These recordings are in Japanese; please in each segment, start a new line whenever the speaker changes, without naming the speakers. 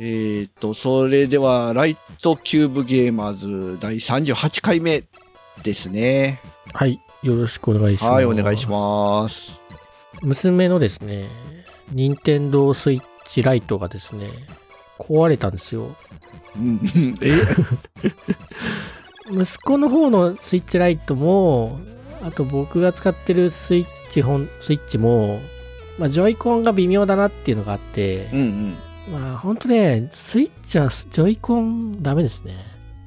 えーっと、それでは、ライトキューブゲーマーズ第38回目ですね。
はい、よろしくお願いします。
はい、お願いします。
す。娘のですね、任天堂スイッチライトがですね、壊れたんですよ。
うん、え
息子の方のスイッチライトも、あと僕が使ってるスイッチ本、スイッチも、まあ、ジョイコンが微妙だなっていうのがあって、
うんうん。
まあ、ほんとね、スイッチはジョイコンダメですね。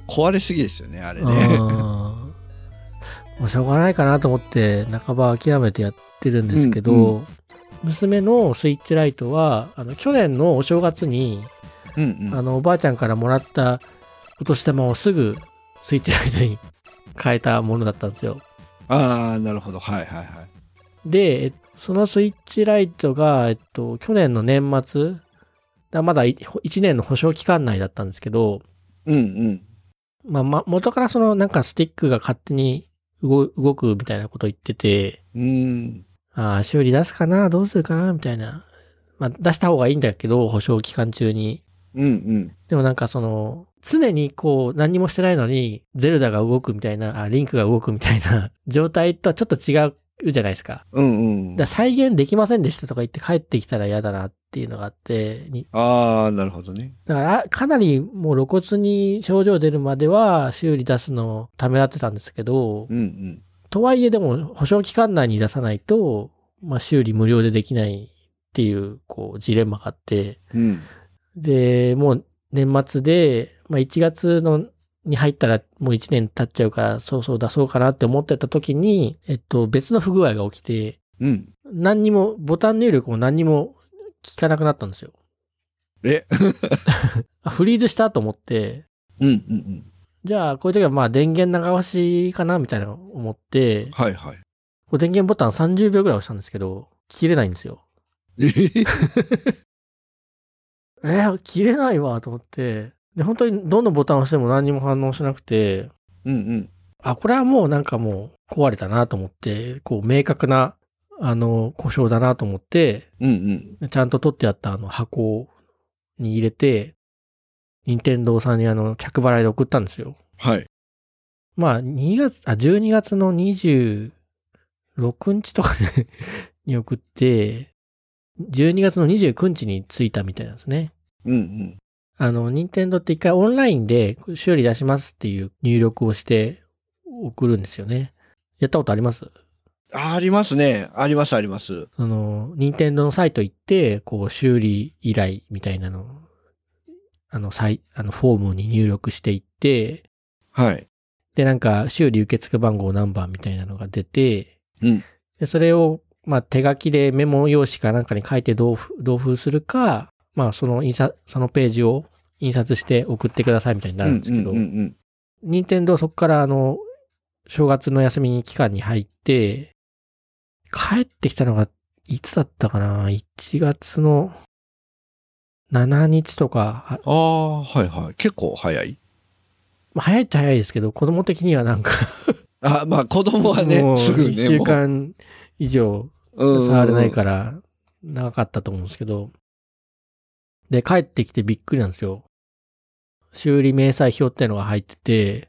壊れすぎですよね、あれ
うん
ね。
もうしょうがないかなと思って半ば諦めてやってるんですけど、
うん
娘のスイッチライトはあの去年のお正月に、
うん
あのおばあちゃんからもらったお年玉をすぐスイッチライトに 変えたものだったんですよ。
ああ、なるほど。はいはいはい。
でえそのスイッチライトが、えっと、去年の年末だまだ1年の保証期間内だったんですけど、
うんうん。
まあ、ま、元からそのなんかスティックが勝手に動動くみたいなこと言ってて、
うーん。
ああ、修理出すかなどうするかなみたいな。まあ、出した方がいいんだけど、保証期間中に。
うんうん。
でもなんかその、常にこう、何にもしてないのに、ゼルダが動くみたいな、あリンクが動くみたいな 状態とはちょっと違うじゃないですか。
うんうん
だから。再現できませんでしたとか言って帰ってきたら嫌だなっていうのがあって、に
ああ、なるほどね。
だから、かなりもう露骨に症状出るまでは修理出すのをためらってたんですけど、
うんうん。
とはいえでも保証期間内に出さないと、まあ、修理無料でできないっていうこうジレンマがあって
うん。
でもう年末で、まあ、1月のに入ったらもう1年経っちゃうからそうそう出そうかなって思ってた時に、えっと、別の不具合が起きて
うん。
何にもボタン入力も何にも効かなくなったんですよ。
え
あ フリーズしたと思って
うんうんうん。
じゃあこういう時はまあ電源長押しかなみたいな思って
はいはい。
こう電源ボタン30秒ぐらい押したんですけど切れないんですよ。
えへへ
えー、切れないわと思って、で、本当にどのボタンを押しても何にも反応しなくて、
うんうん。
あ、これはもうなんかもう壊れたなと思って、こう明確な、あの、故障だなと思って、
うんうん。
ちゃんと取ってあったあの箱に入れて、任天堂さんにあの、着払いで送ったんですよ。
はい。
まあ、2月、あ、12月の26日とかで に送って、12月の29日に着いたみたいなんですね。
うんうん。
あの、任天堂って一回オンラインで修理出しますっていう入力をして送るんですよね。やったことあります
ありますね。ありますあります。
その、任天堂のサイト行って、こう、修理依頼みたいなのを、あの、サイ、あの、フォームに入力していって、
はい。
で、なんか、修理受付番号何番みたいなのが出て、
うん
で、それを、まあ、手書きでメモ用紙かなんかに書いて同封同封するか、まあ、その印刷、そのページを印刷して送ってくださいみたいになるんですけど、
うんうんうんうん。
任天堂そこからあの、正月の休み期間に入って、帰ってきたのが、いつだったかな ?1 月の7日とか、は
ああ、はいはい。結構早い。
まあ早いっちゃ早いですけど、子供的にはなんか、
あまあ子供は
も
ね、
う
すぐね。
1週間以上
もう。
触れないからら、長かったと思うんですけど。で、帰ってきてびっくりなんですよ。修理明細表ってのが入ってて、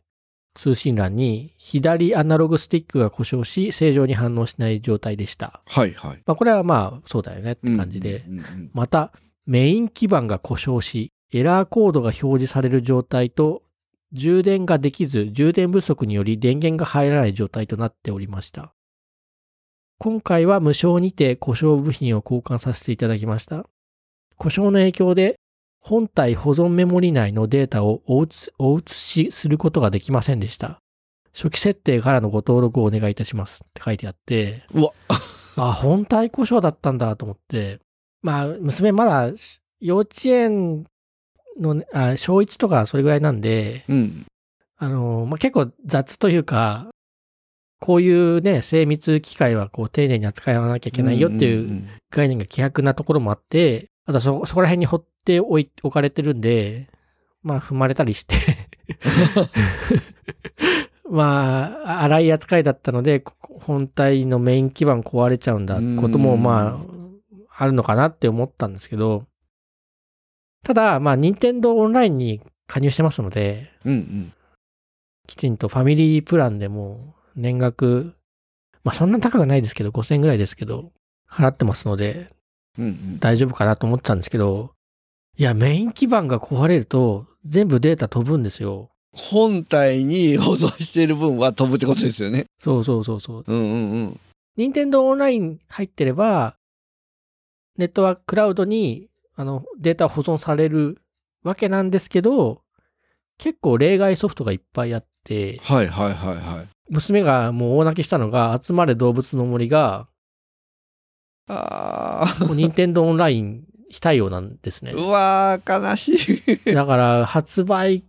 通信欄に左アナログスティックが故障し、正常に反応しない状態でした。
はいはい。
まあこれはまあそうだよねっ
うん
て感じで。
うんうん
また、メイン基板が故障し、エラーコードが表示される状態と、充電ができず、充電不足により電源が入らない状態となっておりました。今回は無償にて故障部品を交換させていただきました。故障の影響で、本体保存メモリ内のデータをお写お写しすることができませんでした。初期設定からのご登録をお願いいたしますって書いてあって、
うわ、
あ、本体故障だったんだと思って。まあ、娘まだし幼稚園のね、あ小1とかそれぐらいなんで、
うん。
あの、まあ、結構雑というか、こういうね、精密機械はこう丁寧に扱わなきゃいけないよってい
ん
うんうん概念が希薄なところもあって、あとそ、そこら辺に放っておい、置かれてるんで、まあ踏まれたり して、まあ、荒い扱いだったので、こ本体のメイン基板壊れちゃうんだこと
う
も、
ん
まあ、あるのかなって思ったんですけど、ただ、まあ、任天堂オンラインに加入してますので、
うんうん。
きちんとファミリープランでも年額、まあそんな高くないですけど、5000円ぐらいですけど、払ってますので
うんうん。
大丈夫かなと思ってたんですけど、いや、メイン基盤が壊れると全部データ飛ぶんですよ。
本体に保存している分は飛ぶってことですよね。
そうそうそうそう。
うんうんうん。
任天堂オンライン入ってれば、ネットワーククラウドにあのデータ保存されるわけなんですけど、結構例外ソフトがいっぱいあって、
はいはいはいはい。
娘がもう大泣きしたのが、集まれ動物の森が、
ああ、
もう任天堂オンライン非対応なんですね。
うわー、悲しい。
だから発売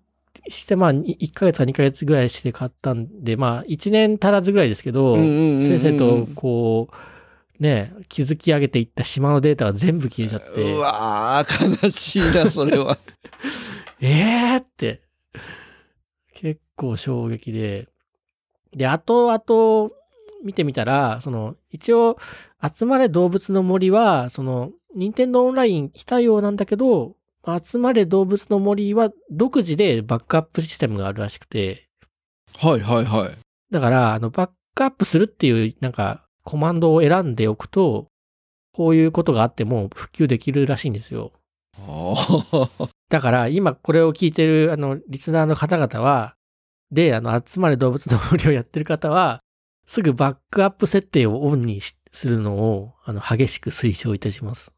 して、まあに1ヶ月か2ヶ月ぐらいして買ったんで、まあ1年足らずぐらいですけど、先生とこう、ね、築き上げていった島のデータが全部消えちゃって
う、わー、悲しいな、それ は。
えーって、結構衝撃で。で、あとあと見てみたら、その、一応、集まれ動物の森は、その、任天堂オンライン非対応なんだけど、集まれ動物の森は独自でバックアップシステムがあるらしくて、
はいはいはい。
だから、あの、バックアップするっていう、なんか、コマンドを選んでおくと、こういうことがあっても復旧できるらしいんですよ。
ああ、
だから今これを聞いてるあのリスナーの方々は、で、あの、集まれ動物の森をやってる方は、すぐバックアップ設定をオンにしするのを、あの、激しく推奨いたします。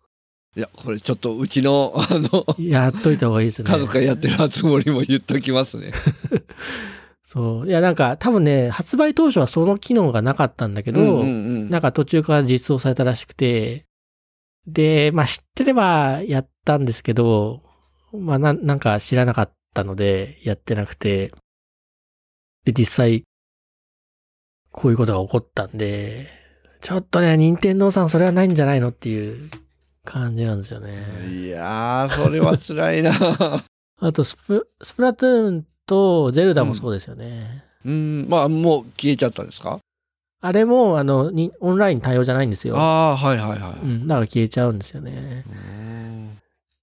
いや、これちょっとうちの、あの、
やっといた方がいい ですね。
家族がやってるつもりも言っときますね。
そう。いや、なんか多分ね、発売当初はその機能がなかったんだけど、
ん
なんか途中から実装されたらしくて、で、まあ知ってればやったんですけど、まあなんなんか知らなかったのでやってなくて、で、実際、こういうことが起こったんで、ちょっとね、任天堂さんそれはないんじゃないのっていう感じなんですよね。
いやー、それは辛いな。
あとスプ、スプラトゥーンとゼルダもそうですよね。
うん、まあ、もう消えちゃったんですか
あれも、あの、にオンライン対応じゃないんですよ。
ああ、はいはいは
う
い。
ん、だから消えちゃうんですよね。
うん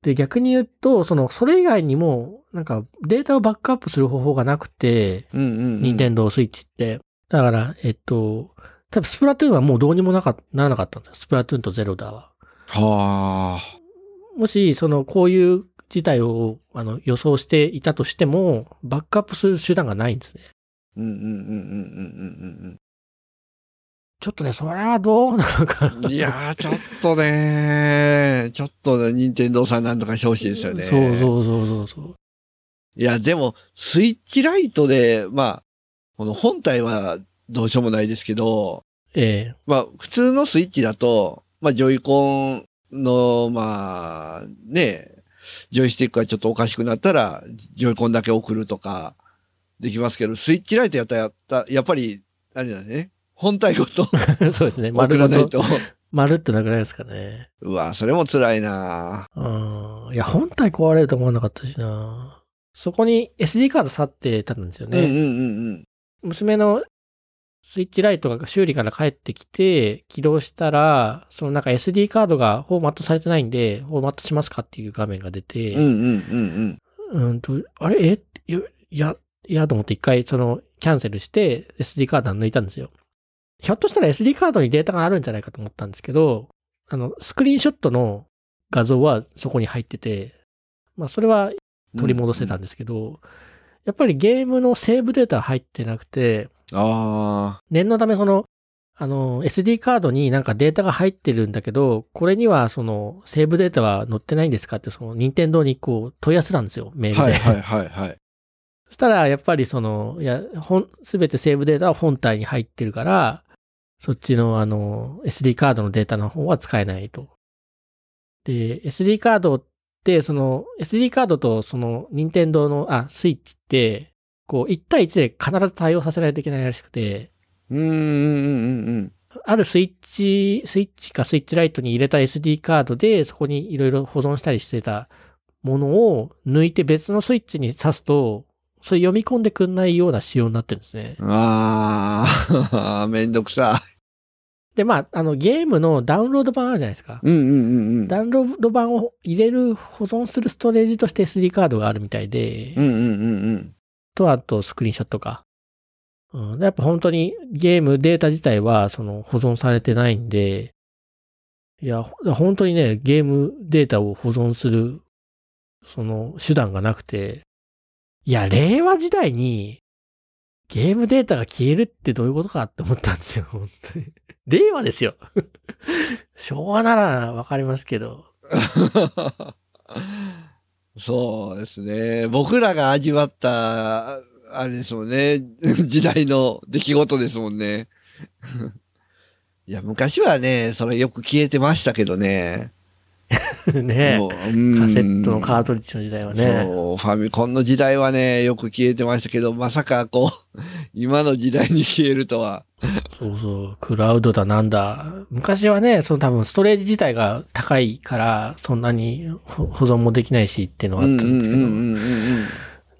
で、逆に言うと、その、それ以外にも、なんか、データをバックアップする方法がなくて、
うんうん。
任天堂スイッチって。だから、えっと、多分スプラトゥーンはもうどうにもなかならなかったんだよ。スプラトゥーンとゼロダは。
はあ。
もし、その、こういう事態を、あの、予想していたとしても、バックアップする手段がないんですね。
うんうんうんうんうん
ちょっとね、それはどうなのか
うんうん。いやー、ちょっとねちょっとね、任天堂さんなんとかしてほしいですよね。
そう
う。
そうそうそうそう。
いや、でも、スイッチライトで、まあ、この本体はどうしようもないですけど、
ええ
まあ、普通のスイッチだと、まあ、ジョイコンの、まあ、ね、ジョイスティックがちょっとおかしくなったら、ジョイコンだけ送るとか、できますけど、スイッチライトやったらやった、やっぱり、あれだね、本体ごと
そうですね。
送
丸
ら
ご
ない
と、
と。
丸ってなくないですかね。
うわ、それも辛いな
うんいや、本体壊れると思わなかったしな。そこに SD カード去ってたんですよ
うんうん
ね。
うん
娘のスイッチライトが修理から帰ってきて、起動したら、そのなんか SD カードがフォーマットされてないんで、フォーマットしますかっていう画面が出
うん。うん
て、
うんうん
うん、と、あれえいや、いやと思って一回そのキャンセルして SD カードは抜いたんですよ。ひょっとしたら SD カードにデータがあるんじゃないかと思ったんですけど、あの、スクリーンショットの画像はそこに入ってて、まあそれは
うん。
取り戻せたんですけど、やっぱりゲームのセーブデータ入ってなくて、
あ
念のためその、あの、SD カードになんかデータが入ってるんだけど、これにはその、セーブデータは載ってないんですかって、その、任天堂にこう、問い合わせたんですよ、メー
あ。
ルで。
はいはいはいはい。
そしたら、やっぱりその、いや、本、すべてセーブデータは本体に入ってるから、そっちのあの、SD カードのデータの方は使えないと。で、SD カードって、その、SD カードとその、任天堂の、あ、スイッチって、こう、1対1で必ず対応させないといけないらしくて、
うんうんうんうん
あるスイッチ、スイッチかスイッチライトに入れた SD カードで、そこにいろいろ保存したりしてたものを抜いて別のスイッチに挿すと、それ読み込んでくんないような仕様になってるんです ね。
うん。ああ、めんどくさ
で、まあ、あの、ゲームのダウンロード版あるじゃないですか。
うんうんうんうん。
ダウンロード版を入れる、保存するストレージとして SD カードがあるみたいで、
うんうんうんうん。
と、あとスクリーンショットか。うん、でやっぱ本当にゲーム、データ自体はその保存されてないんで、いや、ほ本当にね、ゲームデータを保存する、その手段がなくて、いや、令和時代にゲームデータが消えるってどういうことかって思ったんですよ、本当に。令和ですよ。 昭和ならわかりますけど。
そうですね。僕らが味わった、あれですもんね。 時代の出来事ですもんね。 いや、昔はね、それよく消えてましたけどね。
ね
もううん
カセットのカートリッジの時代はね。
そう、ファミコンの時代はね、よく消えてましたけど、まさかこう、 今の時代に消えるとは。
そうそう、クラウドだなんだ。昔はね、その多分ストレージ自体が高いから、そんなにほ保存もできないしっていうのがあったんですけど。ね
うんうんうん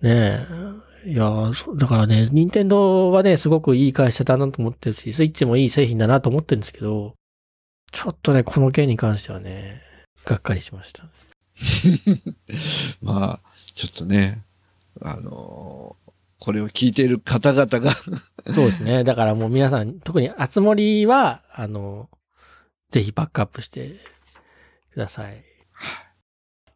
え。いやーそうだからね、任天堂はね、すごくいい会社だなと思ってるし、スイッチもいい製品だなと思ってるんですけど、ちょっとね、この件に関してはね、がっかりしました。
まあ、ちょっとね、あのーこれを聞いている方々が
そうですね。だからもう皆さん、特にあつ森は、あの、ぜひバックアップしてください。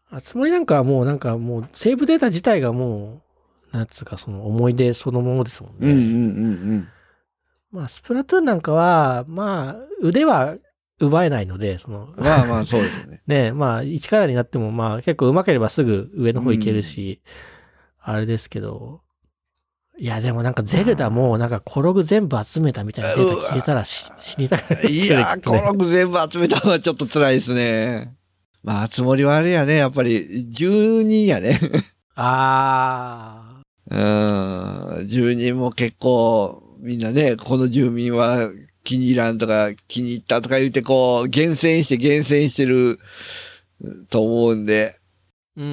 あつ森なんかはもう、なんかもう、セーブデータ自体がもう、なんつうか、その思い出そのものですもん
う
ね。
んうんうんうん。
まあ、スプラトゥーンなんかは、まあ、腕は奪えないので、その、
まあまあ、そうです よね。
ね、まあ、一からになっても、まあ、結構上手ければすぐ上の方行けるし、あれですけど、いや、でもなんかゼルダも、なんかコログ全部集めたみたいなデータ消えたらし死にたくない
いやー、
こ
この具全部集めたのはちょっと辛いですね。まあ、つもりはあれやね、やっぱり、10人やね。
あ
うん、10人も結構、みんなね、この住民は気に入らんとか、気に入ったとか言って、こう、厳選して厳選してると思うんで、
ー。うー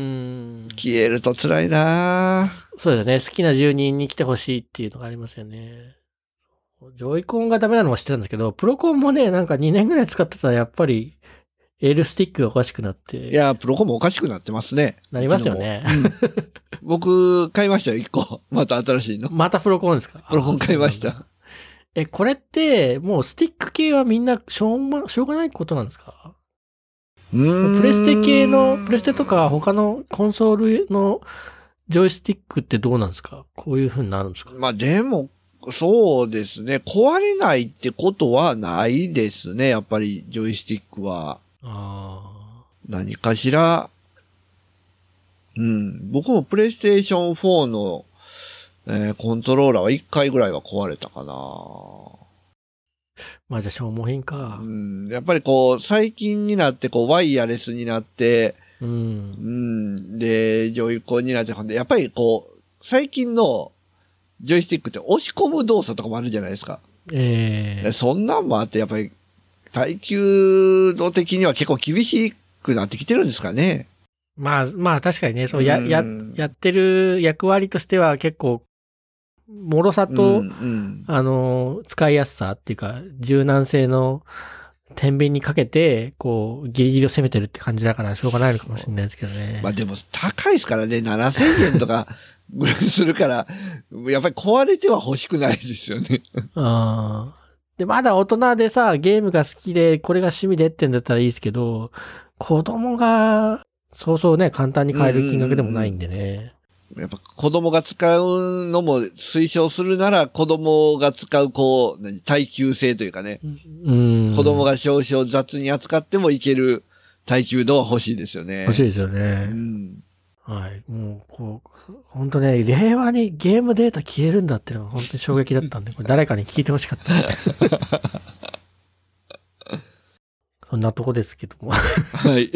ん。
消えると辛いな
そうだよね。好きな住人に来てほしいっていうのがありますよね。ジョイコンがダメなのは知ってたんですけど、プロコンもね、なんか2年ぐらい使ってたらやっぱり、エルスティックがおかしくなっ
い
て、
やー、プロコもおかしくなってますね。
なりますよね。
僕、買いましたよ、一個。 また新しいの。
またプロコンですか
プロコン買いました。
え、これって、もうスティック系はみんなしょう,、ま、しょうがないことなんですか
プ
プレステ系の、プレステとか他のコンソールのジョイスティックってどうなんですかこういう風になるんですか
まあでも、そうですね。壊れないってことはないですね。やっぱりジョイスティックは
あ
何かしら。うん。僕もプレイステーション4の、えーコントローラーは1回ぐらいは壊れたかな。
あ。まあじゃあ消耗品か
う。ん。やっぱりこう、最近になってこう、ワイヤレスになって、
う。
うんん。で、ジョイコンになって、ほんで、やっぱりこう、最近のジョイスティックって押し込む動作とかもあるじゃないですか。
ええ
えそんなんもあって、やっぱり、耐久度的には結構厳しくなってきてるんですかね。
まあまあ確かにね、そうや、や
う、ん
やってる役割としては結構、脆さと、
うんうん
あの、使いやすさっていうか、柔軟性の天秤にかけて、こう、ギリギリを攻めてるって感じだから、しょうがないのかもしれないですけどね。
まあでも、高いですからね、7000円とかぐらいするから、やっぱり壊れては欲しくないですよね。
うん。で、まだ大人でさ、ゲームが好きで、これが趣味でってんだったらいいですけど、子供が、そうそうね、簡単に買える金額でもないんでね。
やっぱ子供が使うのも推奨するなら、子供が使う、こう、何耐久性というかね、
うん。
子供が少々雑に扱ってもいける耐久度は欲しいですよね。
欲しい
い。
ですよね。
うん
はい。もう、こう、本当ね、令和にゲームデータ消えるんだっていうのが本当に衝撃だったんで、 これ誰かに聞いてほしか った。そんなとこですけども。
はい。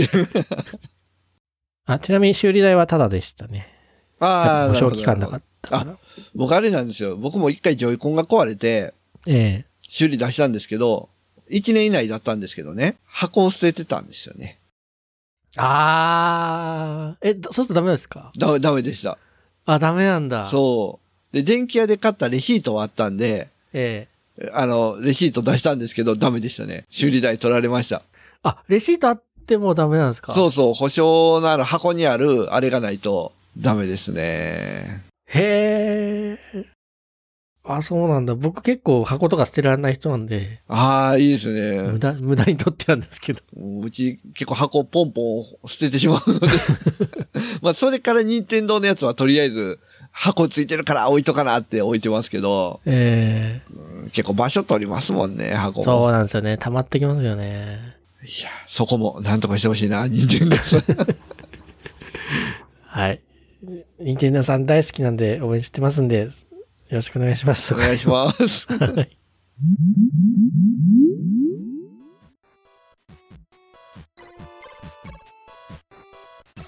あ、ちなみに修理代はタダでしたね。
ああ、
保
なるほ
証
ど
期間なかったから。
僕あれなんですよ。僕も一回ジョイコンが壊れて、
ええ
修理出したんですけど、1年以内だったんですけどね、箱を捨ててたんですよね。
あー。え、どそうするとダメですか
ダメ、ダメでした。
あ、ダメなんだ。う。
そう。で、電気屋で買ったレシートはあったんで、
え
あの、レシート出したんですけど、ダメでしたね。修理代取られました。
あ、レシートあってもダメなんですか
そうそう、保証のある箱にある、あれがないと、ダメですね。
へえ。あ、そうなんだ。僕結構箱とか捨てられない人なんで、
ああ、いいです
無
ね。
駄、無駄にとってなんですけど。
うち結構箱ポンポン捨ててしまう ので。まあ、それから任天堂のやつはとりあえず、箱ついてるから置いとかなって置いてますけど、
ええ
結構場所取りますもんね、箱も。
そうなんですよね。溜まってきますよね。
いや、そこもなんとかしてほしいな、任天堂さん。
はい。任天堂さん大好きなんで応援してますんで、よろしくお願いします。
お願いします。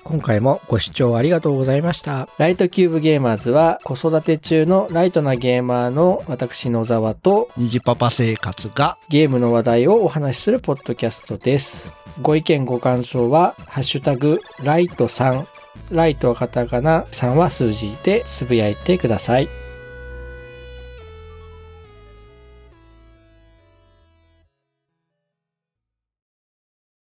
今回もご視聴ありがとうございました。ライトキューブゲーマーズは子育て中のライトなゲーマーの私野沢と
虹パパ生活が、
ゲームの話題をお話しするポッドキャストです。ご意見ご感想は、ハッシュタグ、ライトさん、ライトはカタカナ、さんは数字でつぶやいてください。